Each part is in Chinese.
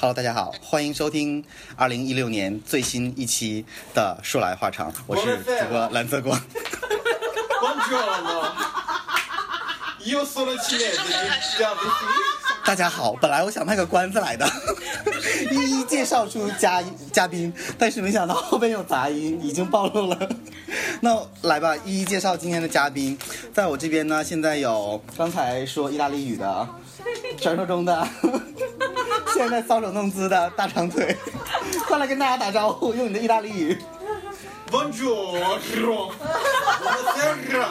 Hello，大家好，欢迎收听二零一六年最新一期的说来话长，我是主播蓝泽光。 Buongiorno. Io sono cinese di Davide. 大家好，本来我想卖个关子来的，一一介绍出嘉嘉宾，但是没想到后边有杂音，已经暴露了。那来吧，一一介绍今天的嘉宾。在我这边呢，现在有刚才说意大利语的，传说中的，现在搔首弄姿的大长腿，快来跟大家打招呼，用你的意大利语。 Buongiorno. Buonasera.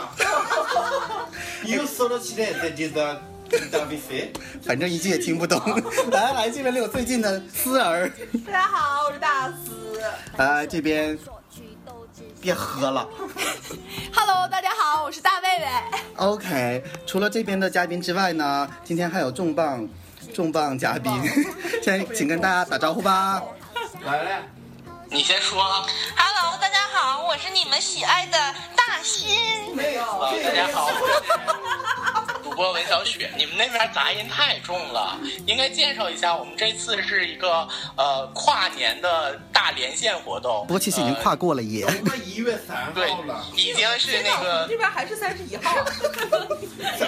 Io sono cinese di Da- di Davide. 反正一句也听不懂。 来来，这边离我最近的思儿，大家好，我是大思。来这边别喝了。 Hello，大家好，我是大卫卫。 OK，除了这边的嘉宾之外呢，今天还有重磅重磅嘉宾，现在请跟大家打招呼吧。来来，你先说啊！ Hello，大家好，我是你们喜爱的大新。没有，啊大大家好，我是主播文小雪。你们那边杂音太重了，应该介绍一下，我们这次是一个呃跨年的大连线活动。不过其实已经呃跨过了耶，我们一月三对号了，，已经是那我个们这边还是三十一号。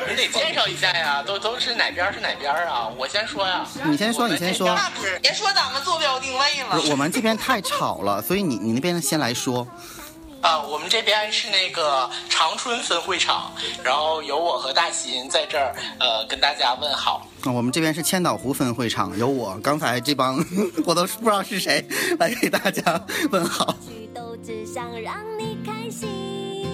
你得介绍一下呀，都都是哪边儿是哪边儿啊？我先说呀，你先说我们你先这说边那不 是，别说咱们坐标定位了不。是我们这边太吵了，所以你你那边先来说。啊，我们这边是那个长春分会场，然后有我和大新在这儿，呃，跟大家问好。啊我们这边是千岛湖分会场，有我刚才这帮 我都不知道是谁来给大家问好。去都只想让你开心，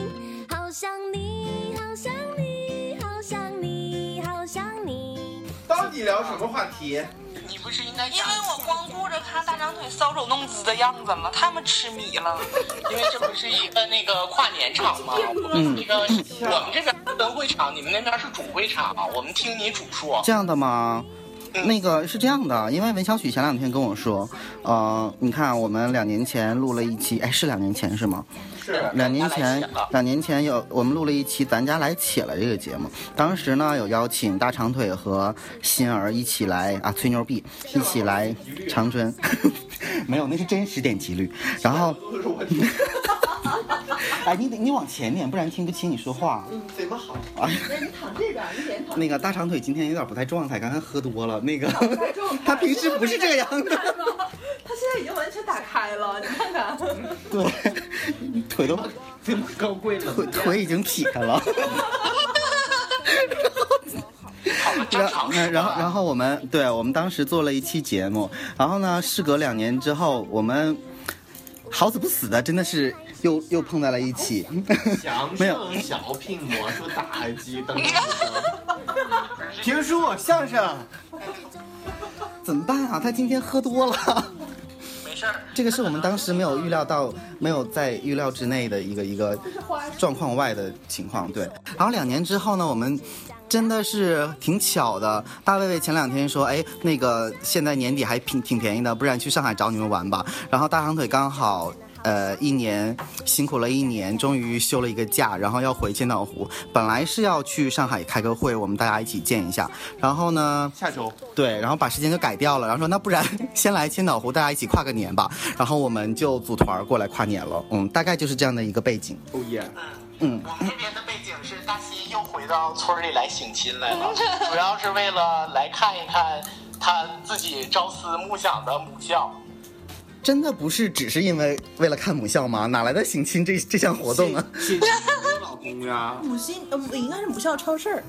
好想你，好想你，好想你，好想你。到底聊什么话题？你不是应该因为我光顾着看大长腿搔首弄姿的样子了，太他妈痴迷了。因为这不是一个那个跨年场嘛，我们那个我们这边是分会场，你们那边是主会场，啊我们听你主说。这样的吗？那个是这样的，因为文小许前两天跟我说，呃，你看我们两年前录了一期，哎，是两年前是吗？是两年咱家来前写了，两年前有我们录了一期《咱家来且了》这个节目，当时呢有邀请大长腿和欣儿一起来啊吹牛逼，一起来长春， 没有那是真实点击率。然后，都是我听，哎，你得你往前点，不然听不清你说话。怎么好？你躺这边，你脸躺。那个大长腿今天有点不太状态，刚才喝多了。那个他平时不是这样的。 他现在已经完全打开了， 你看看。对，腿都这么高贵了，腿腿已经劈开了。好了，正然啊常那说。然后然后后我们对我们当时做了一期节目，然后呢，事隔两年之后，我们好死不死的，真的是又又碰在了一起。 强没有盛小品魔术打击等等等。评书相声，怎么办啊？他今天喝多了，没事儿，这个是我们当时没有预料到，没有在预料之内的一个一个状况外的情况。对，然后两年之后呢，我们。真的是挺巧的，大卫卫前两天说，哎，那个现在年底还挺挺便宜的，不然去上海找你们玩吧。然后大长腿刚好，呃，一年辛苦了一年，终于休了一个假，然后要回千岛湖。本来是要去上海开个会，我们大家一起见一下。然后呢，下周对，然后把时间就改掉了，然后说那不然 先来千岛湖，大家一起跨个年吧。然后我们就组团儿过来跨年了，嗯，大概就是这样的一个背景。哦耶。嗯我们这边的背景是大西又回到村里来省亲来了，主要是为了来看一看他自己朝思暮想的母校。真的不是只是因为为了看母校吗？哪来的省亲这这项活动啊？谢谢我老公呀，母亲，呃，应该是母校超市。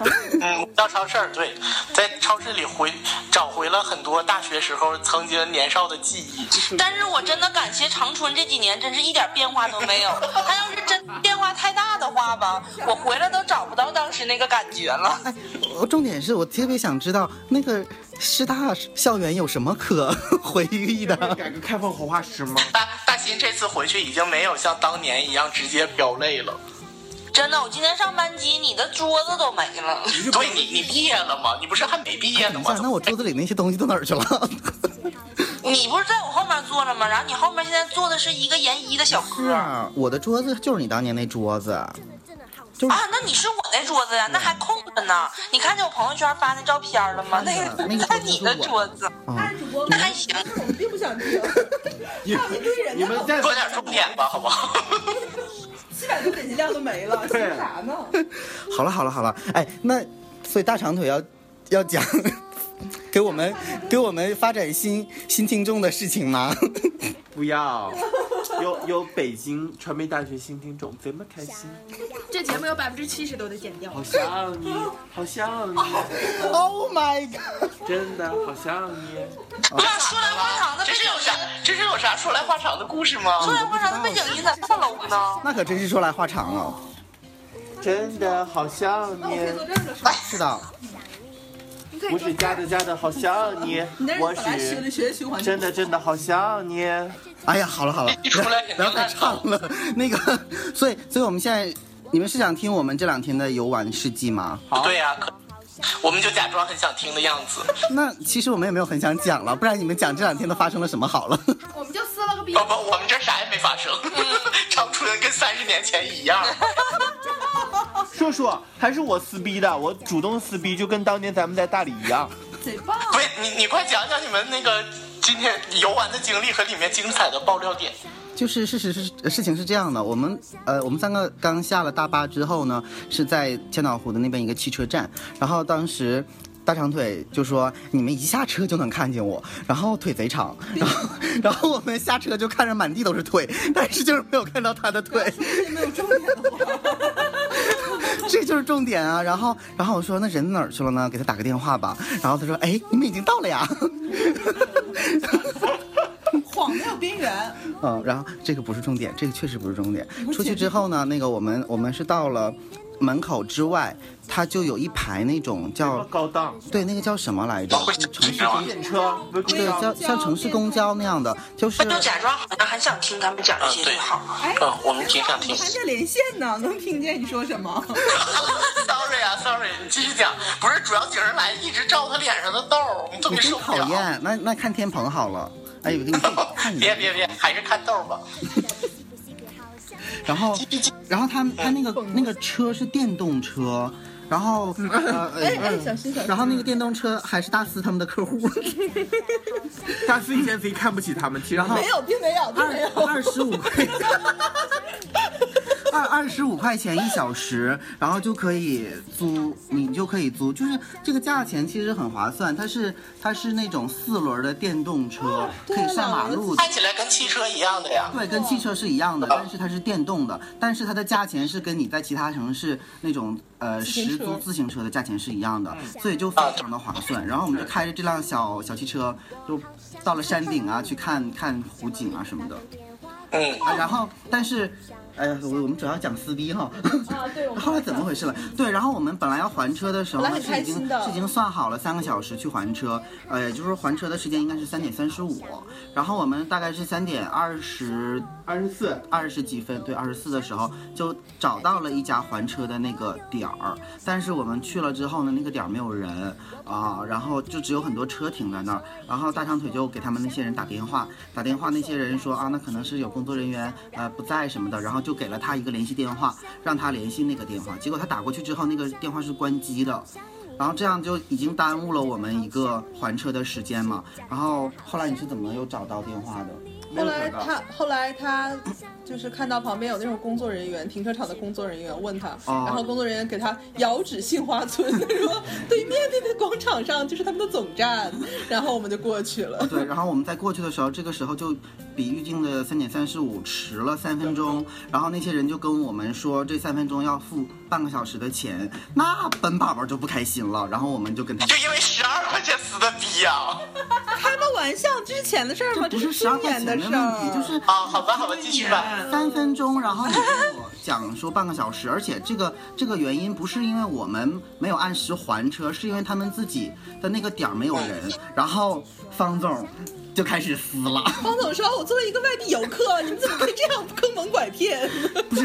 嗯，到超市儿对，在超市里回找回了很多大学时候曾经年少的记忆。但是我真的感谢长春这几年真是一点变化都没有。他要是真变化太大的话吧，我回来都找不到当时那个感觉了。哎，我重点是我特别想知道那个师大校园有什么可回忆的。改革开放活化石吗？大大新这次回去已经没有像当年一样直接飙泪了。真的，我今天上班机，你的桌子都没了。对你，你毕业了吗？你不是还没毕业呢等一吗？下，那我桌子里那些东西都哪儿去了？你不是在我后面坐着吗？然后你后面现在坐的是一个研一的小是哥。啊，我的桌子就是你当年那桌子。真的真的好就是啊，那你是我那桌子呀，那还空着呢。你看见我朋友圈发那照片了吗？那看见了那个个在你的桌桌子子，啊但，是主播，那还行但是我们并不想听，你还有一堆人你哎们再说点重点吧，好 不好？七百多点击量都没了，说对啥呢？好了好了好了，哎，那所以大长腿要要讲 给我们给我们发展新新听众的事情吗？ 不要，有有北京传媒大学新听众，贼么开心，这节目有百分之七十都得剪掉好。想你，好想你， Oh my god！真的好想你。对啊，说来话长的背这是景有啥音，？这是有啥说来话长的故事吗？说来话长的背景音咋这么 low 呢？那可真是说来话长了。真的好想那我哦可以做你，这个事儿。是的，你可以我是加的加的好想你你那，是我本来学的是学循环，真的真的好想你。哎呀，好了好了，一出来肯定不要再唱了。那个，所以所以我们现在，你们是想听我们这两天的游玩事迹吗？好，对呀、可我们就假装很想听的样子。那其实我们也没有很想讲了，不然你们讲这两天都发生了什么好了。我们就撕了个逼不。不，我们这啥也没发生，嗯 长春跟三十年前一 样。硕硕还是我撕逼的，我主动撕逼，就跟当年咱们在大理一样。贼棒！不是你，你快讲讲你们那个今天游玩的经历和里面精彩的爆料点。就是事实是呃事情是这样的，我们呃我们三个刚下了大巴之后呢，是在千岛湖的那边一个汽车站，然后当时。大长腿就说：“你们一下车就能看见我，然后腿贼长，然后然后我们下车就看着满地都是腿，但是就是没有看到他的腿。”这没有重点的话， 这就是重点啊！然后，然后我说那人哪儿去了呢？给他打个电话吧。然后他说，哎，你们已经到了呀。 晃没有边缘，嗯，然后这个不是重点，这个确实不是重点。出去之后呢，那个我们我们是到了门口之外，它就有一排那种这么叫高档，对那个叫什么来着？会城市吗？电车不是对，高档叫像城市公交那样的，就是那就假装好像很想听他们讲啊一些就好。哎哎嗯，我们挺想我听。还在连线呢，能听见你说什么？ sorry 啊，sorry，你继续讲。不是，主要景儿来一直照他脸上的痘儿，我们特你别真受不讨了。厌。那那看天棚好了。哎，我给你看你。别别别，还是看痘儿吧。然后，然后他嗯他那个那个车是电动车，然后呃哎哎小心小心然后那个电动车还是大四他们的客户， 大四以前贼看不起他们，其实然后没有，并没有，并没二有。二十五块，二二十五块钱一小时，然后就可以租，你就可以租，就是这个价钱其实很划算，它是它是那种四轮的电动车，可以上马路的。看起来跟汽车一样的呀。对，跟汽车是一样的，但是它是电动的，但是它的价钱是跟你在其他城市那种呃十租自行车的嗯价钱是一样的，所以就非常的划算。然后我们就开着这辆小小汽车，就到了山顶啊，去看看湖景啊什么的。嗯，啊，然后但是，哎呀，我我们主要讲撕逼哈。啊对我 们后来怎么回事了？对，然后我们本来要还车的时候本来呢，很是已开经心的是已经算好了三个小时去还车，呃，也就是说还车的时间应该是三点三十五，然后我们大概是三点二十二十四，二十几分，对，二十四的时候就找到了一家还车的那个点儿，但是我们去了之后呢，那个点儿没有人啊，然后就只有很多车停在那儿，然后大长腿就给他们那些人打电话，打电话那些人说啊，那可能是有工作人员呃不在什么的，然后就给了他一个联系电话，让他联系那个电话，结果他打过去之后，那个电话是关机的。然后这样就已经耽误了我们一个还车的时间嘛。然后后来你是怎么又找到电话的？后来他，后来他就是看到旁边有那种工作人员，停车场的工作人员问他，哦然后工作人员给他遥指杏花村， 他说对面那个广场上就是他们的总站，然后我们就过去了。对，然后我们在过去的时候，这个时候就比预定的三点三十五迟了三分钟，然后那些人就跟我们说这三分钟要付半个小时的钱，那本宝宝就不开心了，然后我们就跟他。就因为十二块钱撕的逼呀、啊。开个玩笑，这是钱的事儿吗？不是是十二经块验钱的的事问儿，题，就是啊好吧，好吧，继续吧。三分钟，然后你跟我讲说半个小时，而且这个这个原因不是因为我们没有按时还车，是因为他们自己的那个点儿没有 人，然后方总就开始撕了。方总说：“我作为一个外地游客，你们怎么可以这样坑蒙拐骗？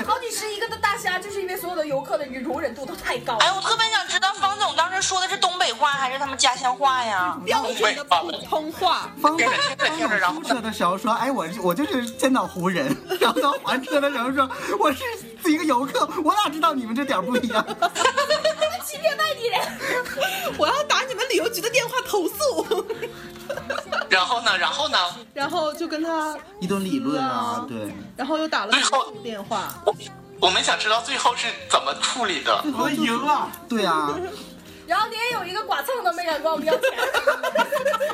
好几十一个的大虾，哦就是因为所有的游客的容忍度都太高哎，了。我特别想知道方总当时说的是东北话还是他们家乡话呀？ 标准的普通话。 方听着听着听着，然 后出车的时候说，哎，我是我就是千岛湖人，然后到还车的时候说我是自己一个游客，我哪知道你们这点儿不一样？欺骗外地人， 我要打你们旅游局的电话投诉。 然后呢，然后呢，然后就跟他， 一顿理论啊，对，然后又打了投诉电话，我我们想知道最后是怎么处理的。我们赢了，对啊，然后连有一个剐蹭都没敢管我们 要钱，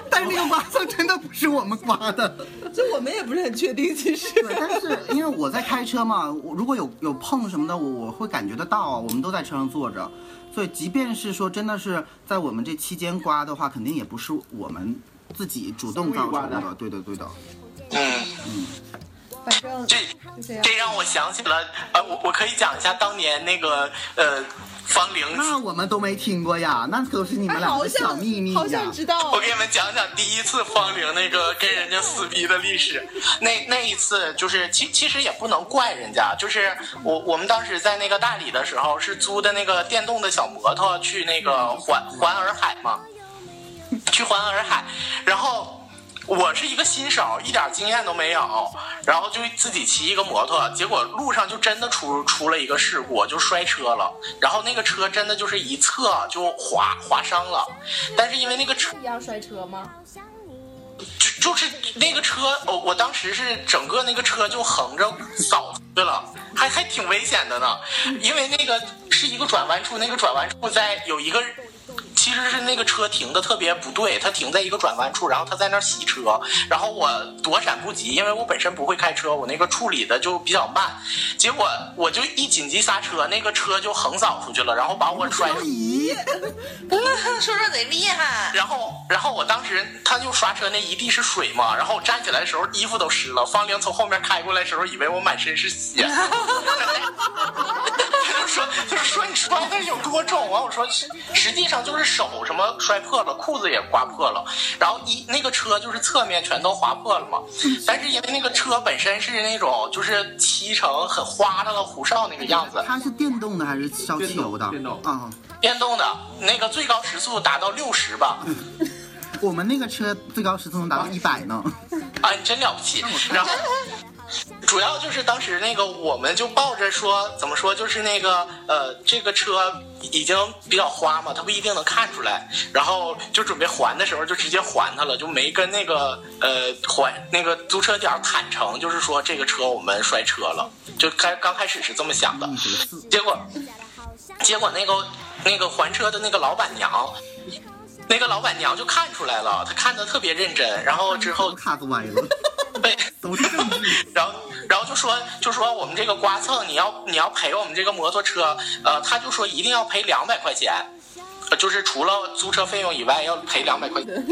但是那个刮蹭真的不是我们刮的。就我们也不是很确定，其实。对，但是因为我在开车嘛，我如果有有碰什么的，我我会感觉得到，啊我们都在车上坐着，所以即便是说真的是在我们这期间刮的话，肯定也不是我们自己主动造成故意刮的，对的对的。嗯，反正这就这样。这让我想起了，呃，我我可以讲一下当年那个呃，方玲那我们都没听过呀，那可是你们哎，俩好的小想秘密好呀想。知道我，给你们讲讲第一次方玲那个跟人家撕逼的历史。那那一次就是，其其实也不能怪人家，就是我我们当时在那个大理的时候，是租的那个电动的小摩托去那个环环洱海嘛，去环洱海，然后。我是一个新手，一点经验都没有，然后就自己骑一个摩托，结果路上就真的出出了一个事故，就摔车了。然后那个车真的就是一侧就划划伤了，但是因为那个车一样摔车吗？就就是那个车，我我当时是整个那个车就横着扫出去了，还还挺危险的呢，因为那个是一个转弯处，那个转弯处在有一个。其实是那个车停的特别不对，它停在一个转弯处，然后它在那儿洗车，然后我躲闪不及，因为我本身不会开车，我那个处理的就比较慢，结果我就一紧急刹车，那个车就横扫出去了，然后把我摔出去咦， 说说得厉害，然后，然后我当时他就刷车那一地是水嘛，然后我站起来的时候衣服都湿了。方玲从后面开过来的时候，以为我满身是血， 他就说他就说你摔的有多重啊？我说实实际上就是手什么摔破了，裤子也刮破了，然后一那个车就是侧面全都划破了嘛。但是因为那个车本身是那种就是漆成很花了的虎哨那个样子，它是电动的还是烧汽油的？电动电啊，电动的那个最高时速达到六十吧，我们那个车最高时速能达到一百呢。 啊，你真了不起。然后。主要就是当时那个，我们就抱着说，怎么说，就是那个呃，这个车已经比较花嘛，他不一定能看出来，然后就准备还的时候就直接还他了，就没跟那个呃还那个租车点儿坦诚，就是说这个车我们摔车了，就开刚开始是这么想的，结果结果那个那个还车的那个老板娘。那个老板娘就看出来了，她看的特别认真，然后之后都卡子歪 了，被都是证据。然后然后就说就说我们这个刮蹭，你要你要赔我们这个摩托车，呃，他就说一定要赔两百块钱，呃就是除了租车费用以外要赔两百块钱。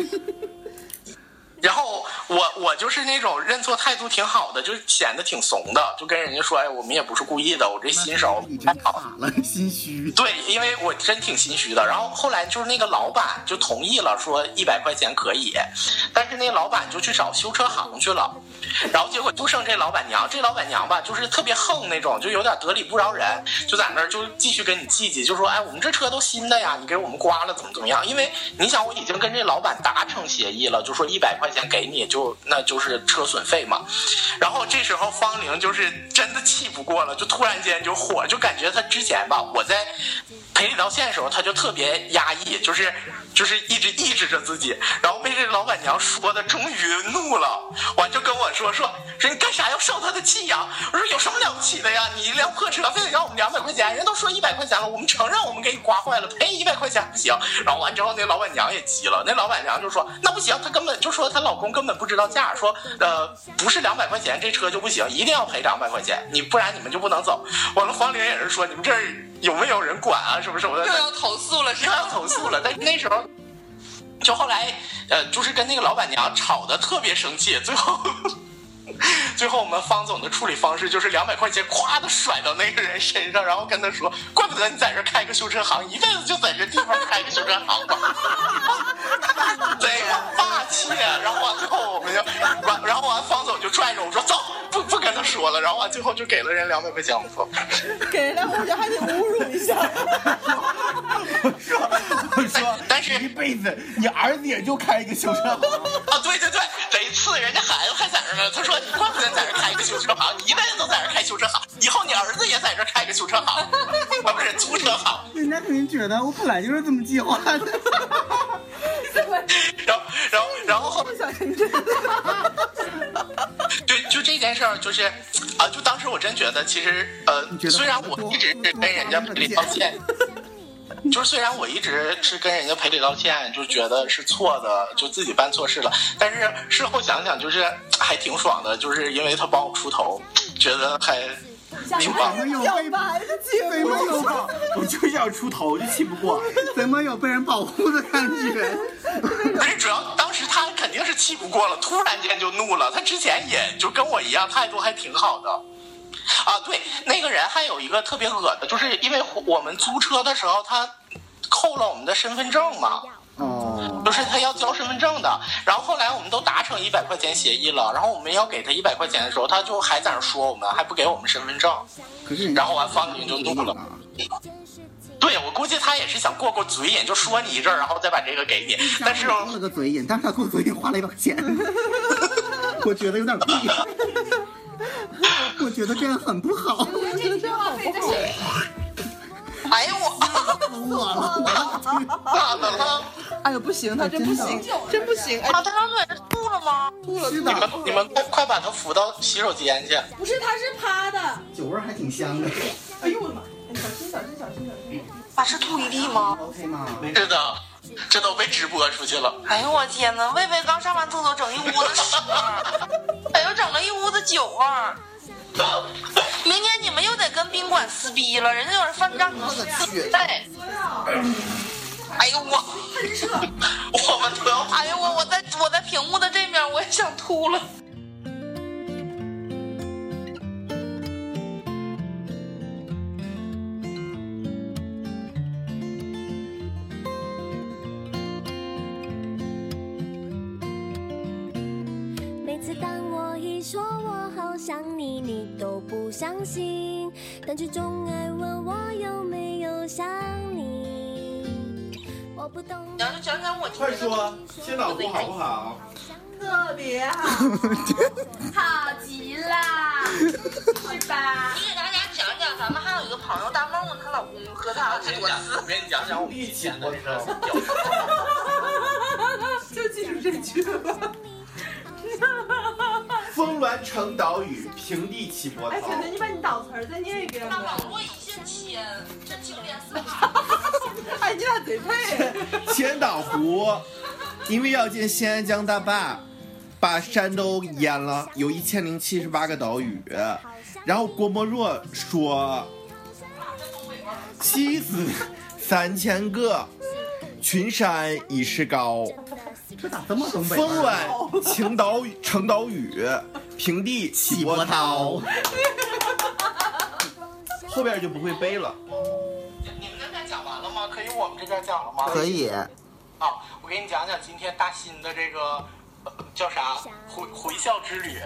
然后我我就是那种认错态度挺好的，就是显得挺怂的，就跟人家说，哎，我们也不是故意的，我这新手你真还好。卡了，心 虚。对，因为我真挺心虚的。然后后来就是那个老板就同意了，说一百块钱可以，但是那老板就去找修车行去了，然后结果就剩这老板娘，这老板娘吧就是特别横那种，就有点得理不饶人，就在那儿就继续跟你计较，就说哎我们这车都新的呀，你给我们刮了怎么怎么样？因为你想我已经跟这老板达成协议了，就说一百块钱给你就那就是车损费嘛，然后这时候方玲就是真的气不过了，就突然间就火，就感觉她之前吧，我在赔礼道歉的时候，她就特别压抑，就是就是一直抑制着自己，然后被这老板娘说的，终于怒了，完就跟我说说说你干啥要受她的气呀、我说有什么了不起的呀？你一辆破车非得要我们两百块钱，人都说一百块钱了，我们承认我们给你刮坏了，赔一百块钱不行。然后完之后，那老板娘也急了，那老板娘就说那不行，她根本就说她老公根本不知道价，说呃不是两百块钱这车就不行，一定要赔两百块钱，你不然你们就不能走。完了，黄玲也是说你们这儿有没有人管啊，什么什么的又，要投诉了是又要吧？投诉了。但是那时候。就后来，呃，就是跟那个老板娘吵得特别生气，最后， 最后我们方总的处理方式就是两百块钱咵的甩到那个人身上，然后跟他说：“怪不得你在这儿开个修车行，一辈子就在这地方开个修车行吧。” 贼霸气。啊然后完最后我们就完，然后完方总就拽着我说：“走，不不跟他说了。”然后完最后就给了人两百块钱，我说。 给人家回家还得侮辱 一下。我说， 但是一辈子你儿子也就开一个修车行，啊，对对对，贼次，人家孩子还在这儿呢。他说你怪不得在这儿开一个修车行，你一辈子都在这儿开修车行，以后你儿子也在这儿开修车行，啊不是租车行。人家肯定觉得我本来就是这么计划的。 然后，然后，然后后不小 心真的。对，就这件事儿，就是啊、就当时我真觉得，其实呃你觉，得虽然好我多一直是跟人家赔礼道歉，就是虽然我一直是跟人家赔礼道歉，就觉得是错的，就自己办错事了，但是事后想想，就是还挺爽的，就是因为他帮我出头，觉得还挺怎棒么。有表被白的结怎果么有我就是要出头，就气不过。 怎么有被人保护的感觉？ 不是，主要当时他肯定是气不过了，突然间就怒了。他之前也就跟我一样，态度还挺好的。啊，对，那个人还有一个特别恶的，就是因为我们租车的时候，他扣了我们的身份证嘛， 哦，就是他要交身份证的。然后后来我们都达成一百块钱协议了，然后我们要给他一百块钱的时候，他就还在那说我们，还不给我们身份证。可是人家然后完方婷就怒了。对我估计他也是想过过嘴瘾，就说你一阵儿，然后再把这个给你。但是哦花了个嘴瘾，但是他给我嘴瘾花了一百块钱， 我觉得有点贵，我觉得这样很不 好，这句话可以在谁？哎呀我。啊我了我了。咋的了？哎呦，不行，他真不行，真不行！哎，啊，他刚才吐了吗？吐了，是你们的，你们快快把它扶到洗手间去！不是，他是趴的。酒味儿还挺香的哎呦我的妈！哎小心，小心，小心，小心！把是吐一地吗？ ，OK 吗？是的，这都被直播出去了。哎呦我天哪！魏魏刚上完厕所，整一屋子屎味儿，哎呦，整了一屋子酒味儿。明天你们又得跟宾馆撕逼了，人家有人饭账，你们撕带。哎呦我，我们都要哎呦我，我在我在屏幕的这面，我也想吐了。每次当我一说我好想你，你都不相信，但却总爱问我有没有想你。我不懂。然后就想想我今天快说，先老顾好不好？特别好，好极啦，是吧？你给大家讲讲，咱们还有一个朋友大梦，她老公喝我汤是跟你多讲，次我。跟你讲讲我以前的那个。就记住这句吧。峰峦成岛屿，平地起波涛。哎你把你导词儿再念一遍 那网络一线牵，真情连四海。哎，你俩贼配。千岛湖，因为要建新安江大坝，把山都淹了，有一千零七十八个岛屿。 然后郭沫若说，妻子三千个，群山已是高，这咋这么东北味儿？峰峦晴岛屿成岛屿，平地起波涛。后边就不会背了。你们那边讲完了吗？可以我们这边讲了吗？可。以，啊，我给你讲讲今天大新的这个。呃叫啥？回回校之旅，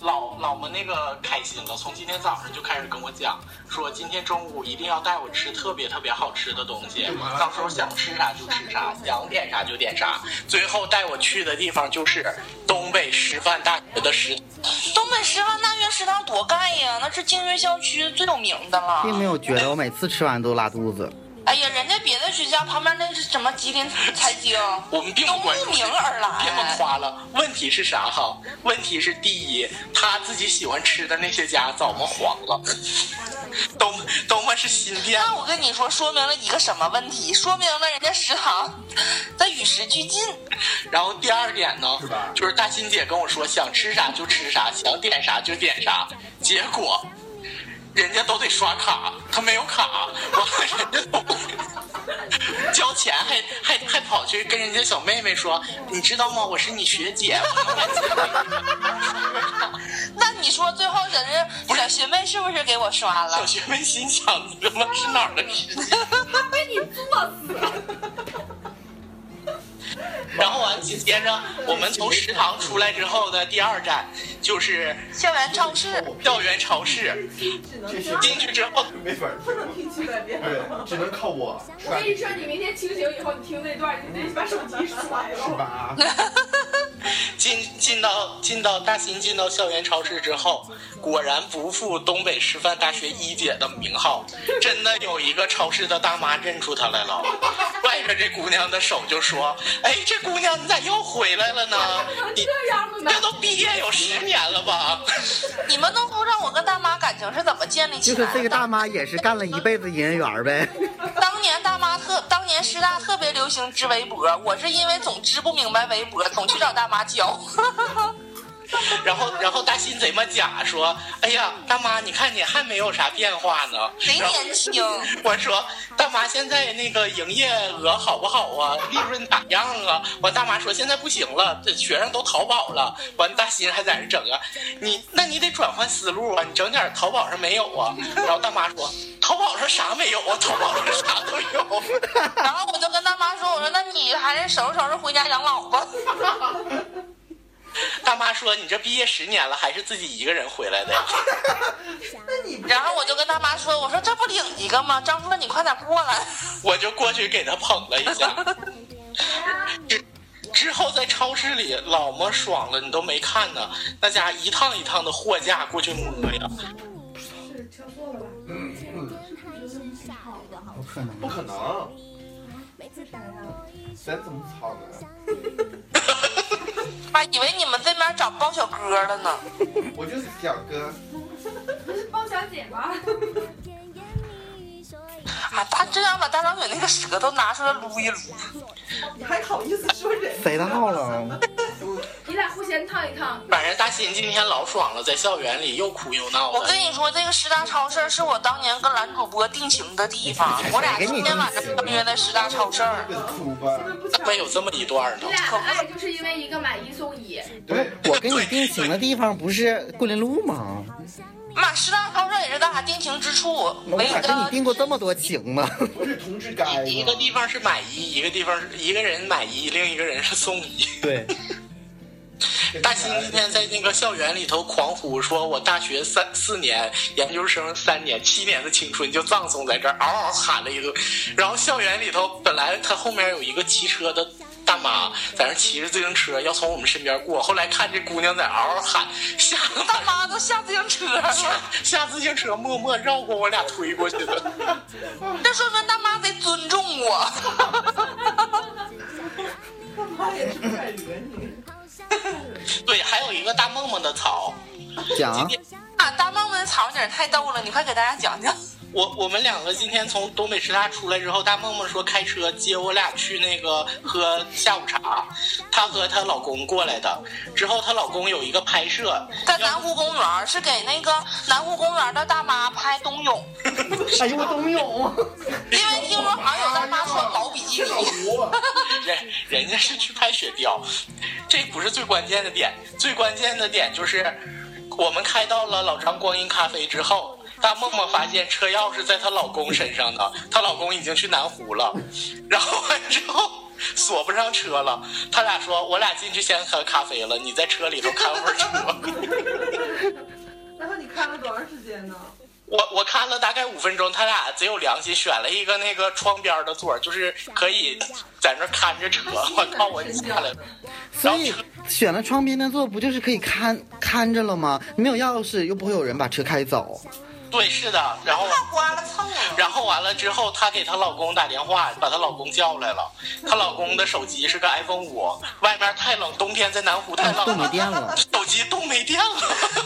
老老么那个开心了，从今天早上就开始跟我讲，说今天中午一定要带我吃特别特别好吃的东西，到时候想吃啥就吃啥，想点啥就点啥。最后带我去的地方就是东北师范大学的食堂东北师范大学食堂多盖呀，那是净月校区最有名的了。并没有觉得我每次吃完都拉肚子。哎呀，人家别的学校旁边那是什么吉林财经，我们并都不关慕注名而别么来。夸了。问题是啥哈？问题是第一，他自己喜欢吃的那些家早么黄了， 都都么是新店。那我跟你说，说明了一个什么问题？说明了人家食堂在与时俱进。然后第二点呢，就是大欣姐跟我说想吃啥就吃啥，想点啥就点啥，结果人家都得刷卡，他没有卡，完了人家都交钱还还还跑去跟人家小妹妹说，你知道吗？我是你学姐，我能把钱那你说最后人家小学妹是不是给我刷了小？学妹心想，你他妈是哪儿的事情？被你作死了。然后完，紧接着我们从食堂出来之后的第二站就是校园超市。校园超市。这是进去之后，没法儿说，听七百遍。对，只能靠我，我跟你说，你明天清醒以后，你听那段，你得把手机摔了。是吧？进进到进到大兴进到校园超市之后，果然不负东北师范大学一姐的名号，真的有一个超市的大妈认出她来了，拽着这姑娘的手就说：“哎，这姑娘你咋又回来了呢？你这样子呢这？都毕业有十年了吧？” 你们都不知道我跟大妈感情是怎么建立起就来是的。这个大妈也是干了一辈子银人缘呗。当年大妈特，当年师大特别流行织围脖，我是因为总织不明白围脖，总去找大妈教。然后，然后大新贼么假说：“哎呀，大妈，你看你还没有啥变化呢。”谁年轻？我说：“大妈，现在那个营业额好不好啊？利润咋样啊？”完，大妈说：“现在不行了，这学生都淘宝了。”完，大新还在那整啊，你那你得转换思路啊，你整点淘宝上没有啊。然后大妈说：“淘宝上啥没有啊？淘宝上啥都有。” 然后我就跟大妈说：“我说那你还是收拾收拾回家养老吧。大妈说：“你这毕业十年了，还是自己一个人回来的呀？”然后我就跟大妈说：“我说这不领一个吗？张硕，你快点过来。 我就过去给他捧了一下。之之后在超市里老么爽了，你都没看呢，那家一趟一趟的货架过去摸呀。不可能，咱怎么操呢？”啊，以为你们这边找包小哥了呢。我就是小哥，包小姐吗？啊，他真想把大张嘴那个舌头拿出来撸一撸。你还好意思说人？谁的号了？你俩互相烫一烫。反正大新今天老爽了，在校园里又哭又闹我的跟。你说，这个师大超市是我当年跟男主播定情的地方。哎我俩今天晚上相约在师大超市。这个哭 吧。怎么有这么一段呢你？俩的爱就是因为一个买一送一，不是对，我跟你定情的地方不是桂林路吗？妈，师大超市也是咱俩定情之处。我没咋跟你定过这么多情呢？不是同志啊该一个地方是买一，一个地方是一个人买一，另一个人是送一。对，大新今天在那个校园里头狂呼说：“我大学三四年，研究生三年，七年的青春就葬送在这儿。”嗷嗷喊了一顿。然后校园里头本来他后面有一个骑车的大妈在那骑着自行车要从我们身边过，后来看这姑娘在嗷嗷喊，吓得大妈都下自行车 了， 下自行车默默绕过我俩推过去的。这说明大妈得尊重我。大妈也是不敢惹你。对，还有一个大梦梦的草，讲啊，大梦的槽点太逗了，你快给大家讲讲。我我们两个今天从东北师大出来之后，大梦梦说开车接我俩去那个喝下午茶，她和她老公过来的。之后她老公有一个拍摄，在南湖公园是给那个南湖公园的大妈拍冬泳，哎呦，我都没有。因为听说好像有大妈穿薄比基尼。人人家是去拍雪雕，这不是最关键的点，最关键的点就是我们开到了老张光阴咖啡之后。大梦梦发现车钥匙在她老公身上呢，她老公已经去南湖了，然后完之后锁不上车了。他俩说：“我俩进去先喝咖啡了，你在车里头看会儿车。 然后你看了多长时间呢？我”我看了大概五分钟，他俩贼有良心，选了一个那个窗边的座儿，就是可以在那儿看着车。我靠，我下来了。所以选了窗边的座，不就是可以看看着了吗？没有钥匙，又不会有人把车开走。对，是的。然后，太刮了蹭了。然后完了之后，她给她老公打电话，把她老公叫来了。她老公的手机是个 iPhone 五，外面太冷，冬天在南湖太冷都没了，电了，手机冻没电了，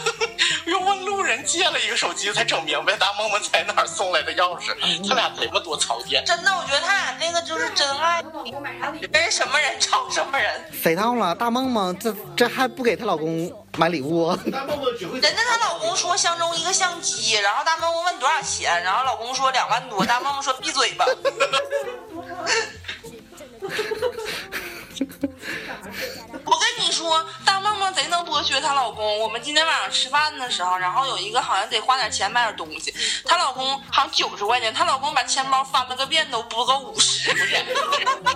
又问路人借了一个手机，才整明白大梦梦在哪儿送来的钥匙。嗯他俩贼么多槽点。真的，我觉得他俩那个就是真爱，我老公买啥礼物？跟什么人找什么人。谁到了？大梦梦，这这还不给她老公买礼物？哦大梦梦只会人家她老公说相中一个相机，然后大梦问多少钱，然后老公说两万多，大梦说闭嘴吧。我跟你说，大梦梦贼能多学她老公，我们今天晚上吃饭的时候，然后有一个好像得花点钱买点东西，她老公好像九十块钱，她老公把钱包翻了个遍都不够五十。不是，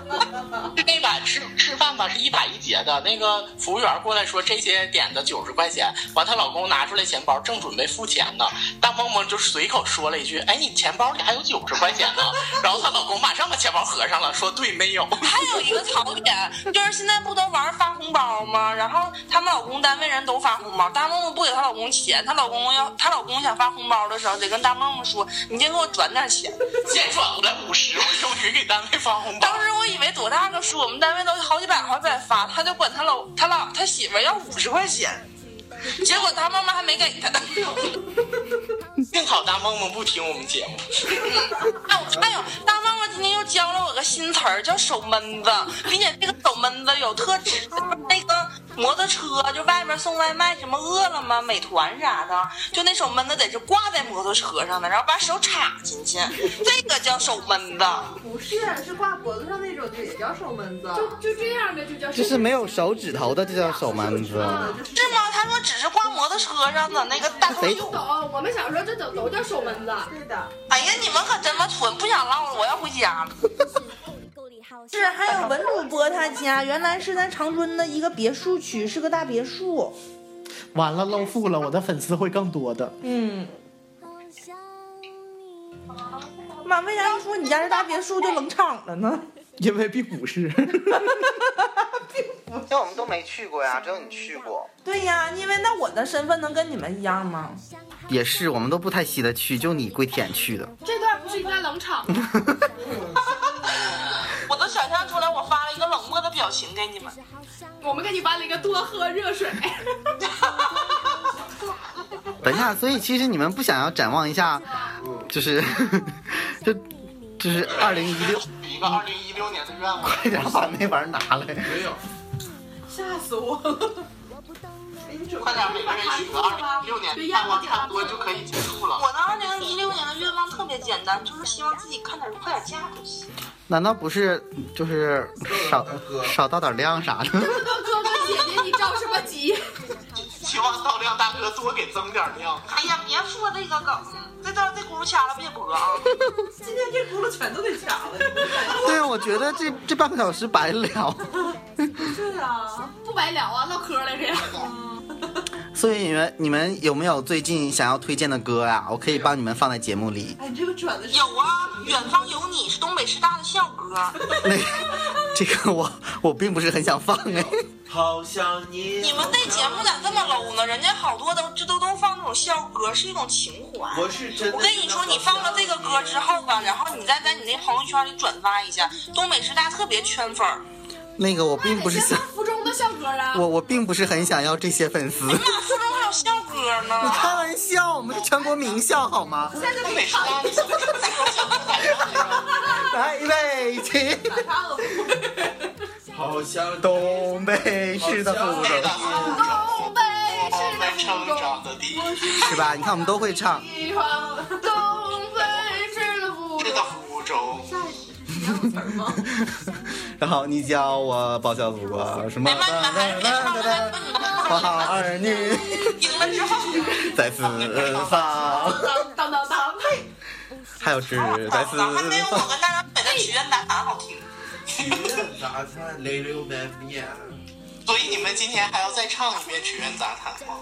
那晚吃吃饭吧是一打一结的，那个服务员过来说这些点的九十块钱，完她老公拿出来钱包，正准备付钱呢，大萌萌就随口说了一句：“哎，你钱包里还有九十块钱呢。” 然后她老公马上把钱包合上了，说：“对，没有。还有一个槽点就是现在不都玩发红包吗？然后她们老公单位人都发红包，大梦梦不给她老公钱，她老公要她老公想发红包的时候得跟大梦梦说，你先给我转点钱。”先转过来五十，我终于给单位发红包。当时我以为多大个数，我们单位都好几百好几百发，他就管他老他老他媳妇儿要五十块钱，结果他妈妈还没给他。幸好大梦梦不听我们节目，哎我哎呦，大妈妈今天又教了我个新词儿，叫手闷子，并且这个手闷子有特指那个摩托车，就外边送外卖，什么饿了么、美团啥的，就那手闷子得是挂在摩托车上的，然后把手插进去，这个叫手闷子。不是，是挂脖子上那种，就也叫手闷子。就就这样的就 叫就是没有手指头的就叫手蛮子。是吗？他说只是挂摩托车上的那个大头谁用。懂，我们小时候这都都叫手门子。对的，哎呀，你们可真么蠢，不想唠了，我要回家了。是，还有哎文主播他家，原来是在长春的一个别墅区，是个大别墅。完了，露富了，我的粉丝会更多的。嗯，妈，为啥一说你家是大别墅就冷场了呢？因为并不是，因为我们都没去过呀，只有你去过。对呀，因为那我的身份能跟你们一样吗？也是，我们都不太稀得去，就你跪舔去的。这段不是应该冷场吗？我都想象出来，我发了一个冷漠的表情给你们。我们给你颁了一个多喝热水。等一下，所以其实你们不想要展望一下，就是 就就是二零一六， 一个二零一六年的愿望。快点把那玩意儿拿来。没有，吓死我 了！快点每个人许个二零一六年的愿望，差不多就可以结束了。我的二零一六年的愿望特别简单，就是希望自己看点快点嫁就行。难道不是就是少少到点量啥的？ 哥哥姐姐，你着什么急？希望到亮大哥多给增点量。哎呀，别说这个梗，这段这轱辘掐了别播 啊！今天这轱辘全都得掐了。对啊，我觉得这这半个小时白聊。对啊，不白聊啊，唠嗑来着。嗯所以你们你们有没有最近想要推荐的歌啊？我可以帮你们放在节目里。哎，你这个转的是有啊，《远方有你》是东北师大的校歌。那 这个我我并不是很想放哎。好想你。你们这节目咋这么 low 呢？人家好多都这都都放这种校歌，是一种情怀。我是真的我跟你说，你放了这个歌之后吧，然后你再在你那朋友圈里转发一下，东北师大特别圈粉儿。那个我并不是想，附中的校歌啊，我我并不是很想要这些粉丝。 你那附中还有校歌呢？开玩笑，我们是全国名校好吗？东北师大，你是不是在说小鹿反来，预备起！好想东北式的好附中想你。东北我们是成的附中长。的地方是吧？你看我们都会唱。地方，东北是的附是中的。福州。然后你教我报效祖国，什么哎妈，你们还是别唱了，别唱了花好儿女赢了之后，在四方，当当当当，嘿，还有是在四还没有我方。跟大张伟的《许愿呐喊》好听。许愿杂谈，泪流满面。所以你们今天还要再唱一遍《曲苑杂谈》吗？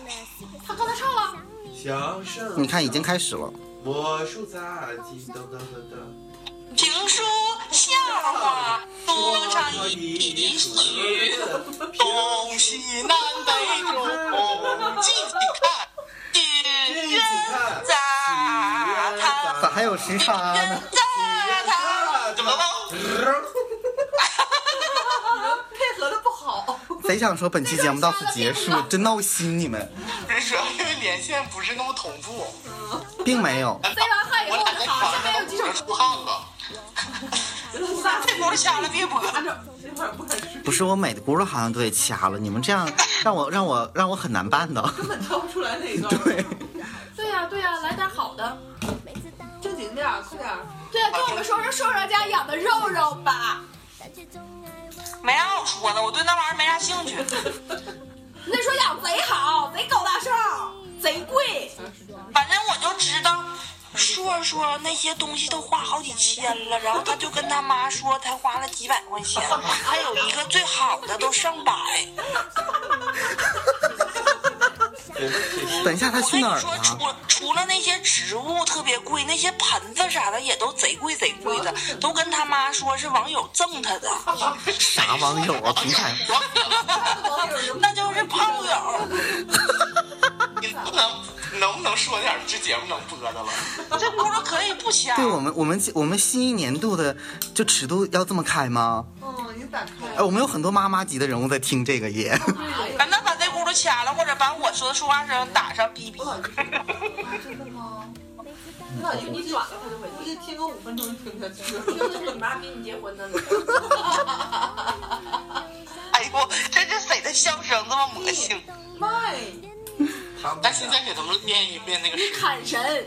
他刚才唱了，响声。你看，已经开始了。魔术杂技，噔噔噔噔。评书、笑话，说唱一曲，哦东西南北哦中，近近看，许愿杂谈。咋还有时差呢？怎么了？配合的不好。贼想说本期节目到此结束，真闹心你们，人主要因为连线不是那么同步，并没有。背完汉以我后，我俩的在好床上像没都有几不首能歌。出汗了。这轱辘掐了别播。这会儿不敢吃，不是我每个轱辘好像都得掐了，你们这样让我让我让我很难办的。根本挑不出来哪一段。对，对呀对呀，来点好的。正经点儿，快点儿。对呀，跟我们说说瘦瘦家养的肉肉吧。没啥好说的，我对那玩意儿没啥兴趣。那时候养贼好。些东西都花好几千了，然后他就跟他妈说他花了几百块钱，还有一个最好的都上百。等一下，他去哪儿我跟你说，了？除除了那些植物特别贵，那些盆子啥的也都贼贵贼贵的，都跟他妈说是网友赠他的，啥网友啊？平台那就是炮友。你不能 能不能说点儿这节目能播的了？这轱辘可以不掐。对我们，我们我们新一年度的就尺度要这么开吗？嗯，你打开。哎，我们有很多妈妈级的人物在听这个也。啊，那把这轱辘掐了，或者把我说的说话声打上哔哔。真的吗？我老觉得你转了他就没，你听个五分钟就听下去了。听的是你妈逼你结婚呢。 哎呦，这是谁的笑声这么魔性？妈呀！但现在给他们练一遍那个你砍神！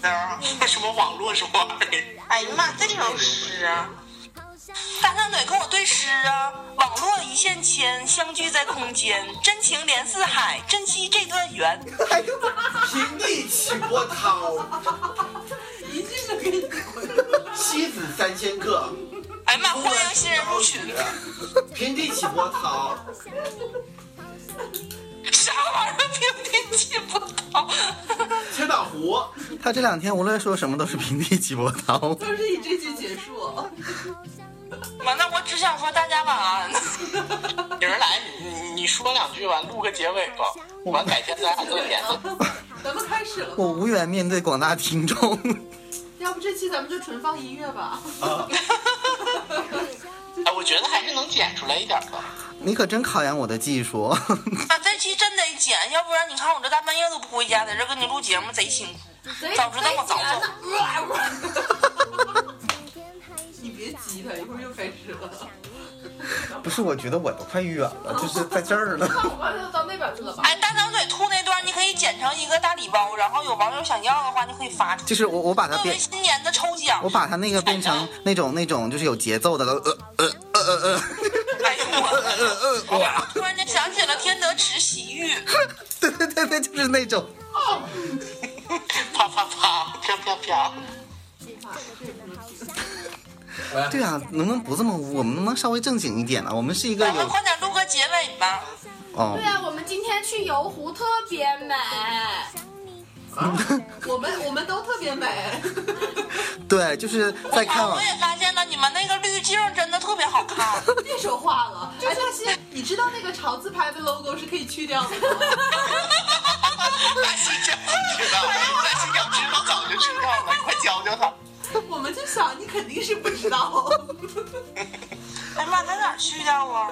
那什么网络什么玩意儿，哎呀妈，这首诗啊！大长腿跟我对诗啊，网络一线牵，相聚在空间，真情连四海，珍惜这段缘。哎 平地起波涛，一句就给你滚。 西子三千客，哎呀妈，欢迎新人入群！平地起波涛。啥玩意儿？平地起波涛！ 千岛湖，他这两天无论说什么都是平地起波涛。都是以这句结束。妈，那我只想说大家晚安。 有人来你你说两句吧，录个结尾吧，完改天咱俩做联系。啊咱们开始了，我无缘面对广大听众。要不这期咱们就纯放音乐吧。哎，我觉得还是能剪出来一点儿的。你可真考验我的技术。啊，这期真得剪，要不然你看我这大半夜都不回家，在这跟你录节目贼辛苦。早知道我早走。呃 你别激他，一会儿又开始了。不是，我觉得我都快远了，就是在这儿了。那我们就到那边去了吧。哎，大长腿兔那段你可以剪成一个大礼包，然后有网友想要的话，你可以发出去。就是我，我把它作变为，新年的抽奖。我把它那个变成那种那种就是有节奏的了。呃呃呃呃呃。哎呦 我，呃呃哇！突然间想起了天德池洗浴，对对对对，就是那种。啪啪啪， 飘飘飘。对啊，能不能不这么污？我们能不能稍微正经一点呢、我们是一个咱们有快点录个结尾吧。哦对，啊，我们今天去游湖特别美，我们我们都特别美， 对，就是在看啊我网我。也发现了，你们那个滤镜真的特别好 看。别说话了。哎，大西，你知道那个潮字拍的 logo 是可以去掉的吗？ 大西真不知道，大西要知道早就知道了，你快教教他。我们就想你肯定是不知道。哎妈，他哪儿去掉啊？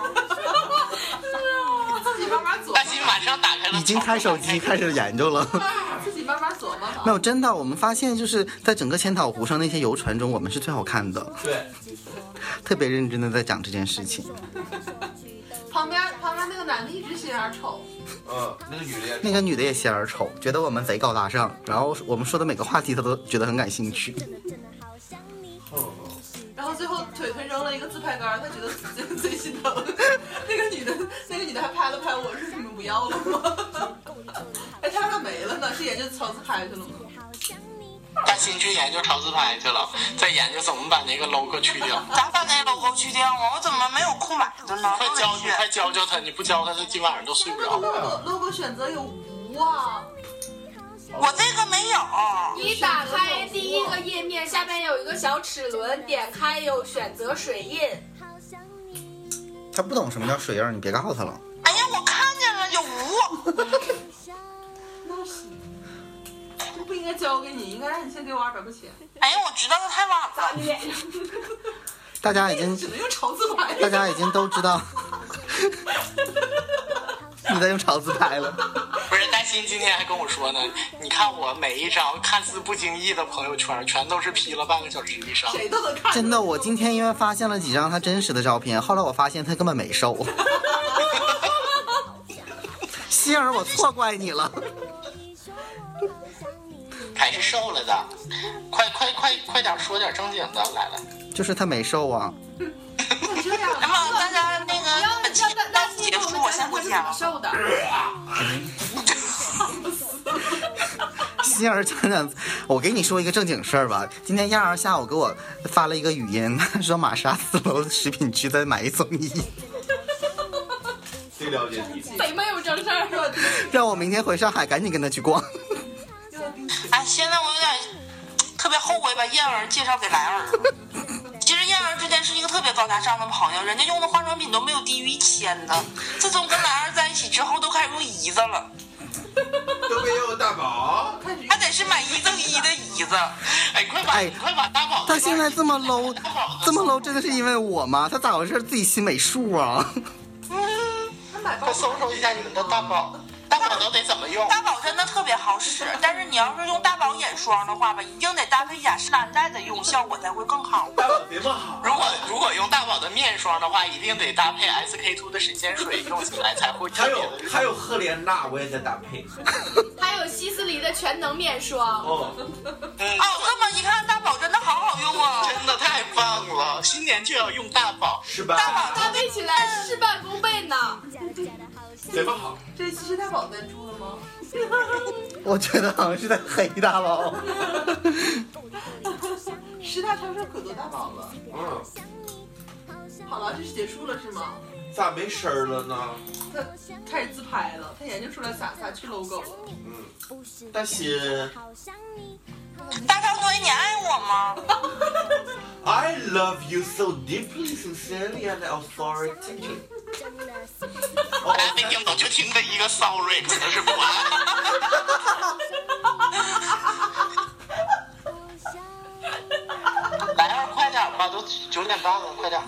自己慢慢琢大西马上打开了，已经开手机开始研究了。 磨，自己慢慢琢磨吧。没有，真的，我们发现就是在整个千岛湖上那些游船中，我们是最好看的。对，特别认真的在讲这件事情。旁边旁边那个男的一直心眼丑，嗯，那个女的也那个女的也显眼丑，觉得我们贼高大上，然后我们说的每个话题她都觉得很感兴趣。然后最后腿腿扔了一个自拍杆，他觉得自己最心疼。那个女的，那个女的还拍了拍我，说你们不要了吗？ 哎，他咋没了呢？是研究潮自拍去了吗？大西去研究超自拍去了，再研究怎么把那个 logo 去掉。咱把那 logo 去掉啊！我怎么没有空白的呢？快教你，快教教他！你不教他，他今晚上都睡不那着。 logo logo 选择有无啊？我这个没有。你打开第一个页面，下面有一个小齿轮，点开有选择水 印，她不懂什么叫水印，你别告诉她了。哎呀，我看见了，有无。那是。这不应该交给你，应该让你先给我二百块钱。哎呀，我知道的太晚了。打你脸上，大家已经，只能用潮自拍。大家已经都知道你在用草字拍了。不是，大新今天还跟我说呢，你看我每一张看似不经意的朋友圈，全都是 P 了半个小时以上。谁都能看。真的，我今天因为发现了几张她真实的照片，后来我发现她根本没瘦。 心儿，我错怪你了。还是瘦了的，快快快快点说点正经的，来来，就是她没瘦啊，你这样，那么大家那个本期要大大结西，束，我我们讲讲他先回是家怎么了。瘦的。心儿真的，我给你说一个正经事儿吧。今天燕儿下午给我发了一个语音，她说玛莎四楼食品区在买一送一，最了解你。北没有正事儿吧？让我明天回上海赶紧跟她去逛。哎，现在我有点特别后悔把燕儿介绍给莱尔。其实燕儿之前是一个特别高大上的朋友，人家用的化妆品都没有低于一千的。自从跟莱尔在一起之后，都开始用姨子了。都没有大宝，还得是买一赠一的姨子。哎，快把、你快把大宝她现在这么 low，这么 low 真的是因为我吗？她咋回事？自己心没数啊？ 快搜索一下你们的大宝，大宝都得怎么用？大宝真的特别好使，但是你要是用大宝眼霜的话吧，一定得搭配雅诗兰黛的用，效果才会更好。哦别问好。如果如果用大宝的面霜的话，一定得搭配 SK two 的神仙水用起来才会特还别有。还有赫莲娜，我也在搭配。还有希思黎的全能面霜，哦，哦，这么一看，大宝真的好好用啊！嗯真的太棒了，新年就要用大宝，是吧？搭配起来事半功倍呢。别问好。这期是大宝赞助的吗？ 我觉得好像是在黑大宝。十大超市可多大宝了。嗯，好了，这是结束了是吗？咋没声儿了呢？他开始自拍了，他研究出来咋咋去 logo 了。嗯，大喜大张嘴，你爱我吗？ ，I love you so deeply, sincerely, and authoritatively。我还没听懂，就听的一个 sorry，可能是不爱。来啊，快点吧，都九点半了，快点，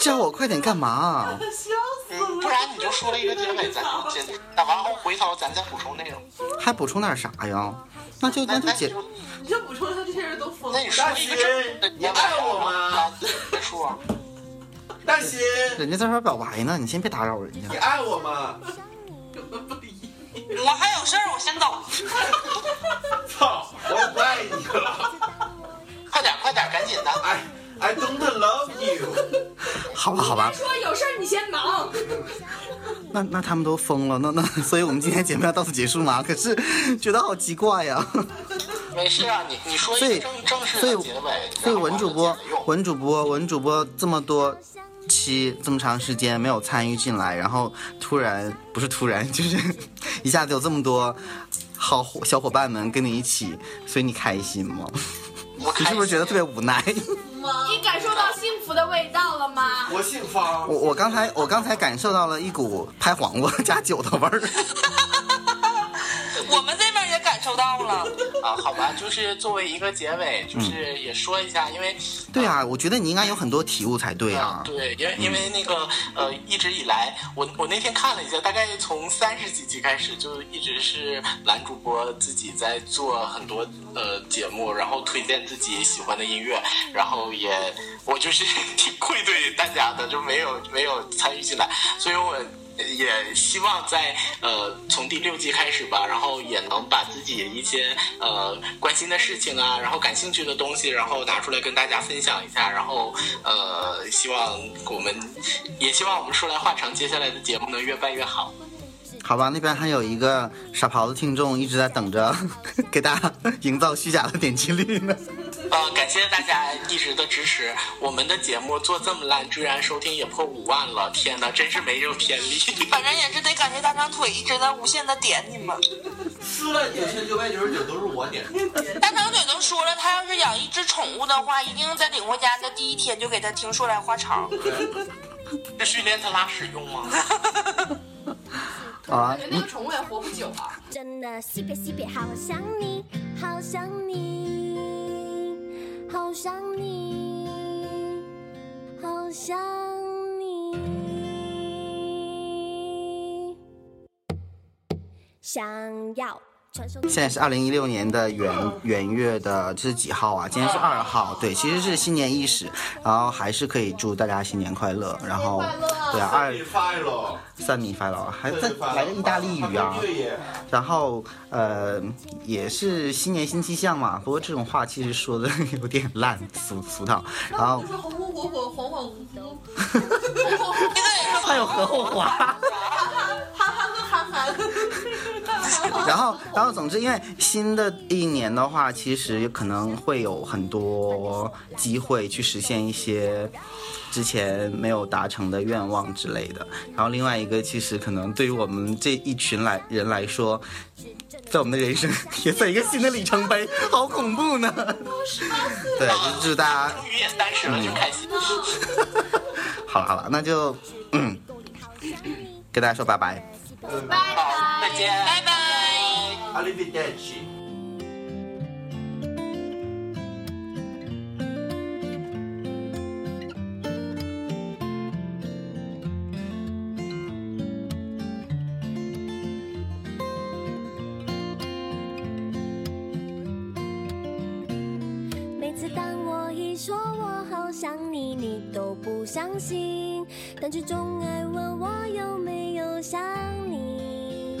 叫我快点干嘛？啊 笑死了！嗯不然你就说了一个结尾，咱剪，打完后回头咱再补充内容。还补充点啥呀？那就那就解，你这补充一下，这些人都疯那了。你说大一喜个正，你爱我吗？？别说啊，大喜，人家在这儿表白呢，你先别打扰人你家。爱我吗？根本不理你。我还有事儿，我先走了。操，我不爱你了。快点快点，赶紧的。 I I don't love you。好吧好吧他，说有事儿你先忙，那那他们都疯了，那那 所以我们今天节目要到此结束吗？可是觉得好奇怪呀。没事啊，你你说一所以个正正式所以的结尾，所以文主播然后我们接着用文主播文主播这么多期这么长时间没有参与进来，然后突然不是突然就是一下子有这么多好伙小伙伴们跟你一起，所以你开心吗？我你开是不是觉得特别无奈？你感受到幸福的味道了吗？我姓方我，我刚才我刚才感受到了一股拍黄瓜加酒的味儿。 我们这边也感受到了，啊？好吧，就是作为一个结尾，就是也说一下，因为对啊，我觉得你应该有很多体悟才对啊。对，因为因为那个呃，一直以来，我我那天看了一下，大概从三十几集开始，就一直是男主播自己在做很多呃节目，然后推荐自己喜欢的音乐，然后也我就是 挺愧对大家的，就没有没有参与进来，所以我。也希望在呃从第六季开始吧，然后也能把自己一些呃关心的事情啊，然后感兴趣的东西，然后拿出来跟大家分享一下，然后呃希望我们也希望我们说来话长，接下来的节目能越办越好。好吧，那边还有一个傻狍子听众一直在等着 给大家营造虚假的点击率呢。呃，感谢大家一直的支持，我们的节目做这么烂，居然收听也破五万了，天哪，真是没有天理。反正也是得感谢大张腿一直在无限的点你们。输了九千九百九十九都是我点的。大长腿都说了，他要是养一只宠物的话，一定在领回家的第一天就给他听说来话长。 是训练它拉屎用吗？ 好啊感觉，那个宠物也活不久啊。真的西北西北，好想你，好想你，好想你，好想你，想要传送。现在是二零一六年的元元月的这是几号啊？今天是二号，对，其实是新年伊始，然后还是可以祝大家新年快乐，然后对啊，二你发了，三米发牢，啊还再再来个意大利语啊，对耶，然后呃也是新年新气象嘛，不过这种话其实说的有点烂俗俗套，然后就说红红火火，恍恍 惚惚，还有何后华。哈哈和憨憨，哈哈哈 然后，然后，总之，因为新的一年的话，其实可能会有很多机会去实现一些之前没有达成的愿望之类的。然后，另外一个，其实可能对于我们这一群来人来说，在我们的人生也算一个新的里程碑，好恐怖呢。对，就祝大家终于也三十了，真开心。好了好了，那就 嗯，跟大家说拜拜。好，再见，拜拜。阿里比代奇。每次当我一说我好想你，你都不相信，但却总爱问我有没有想你。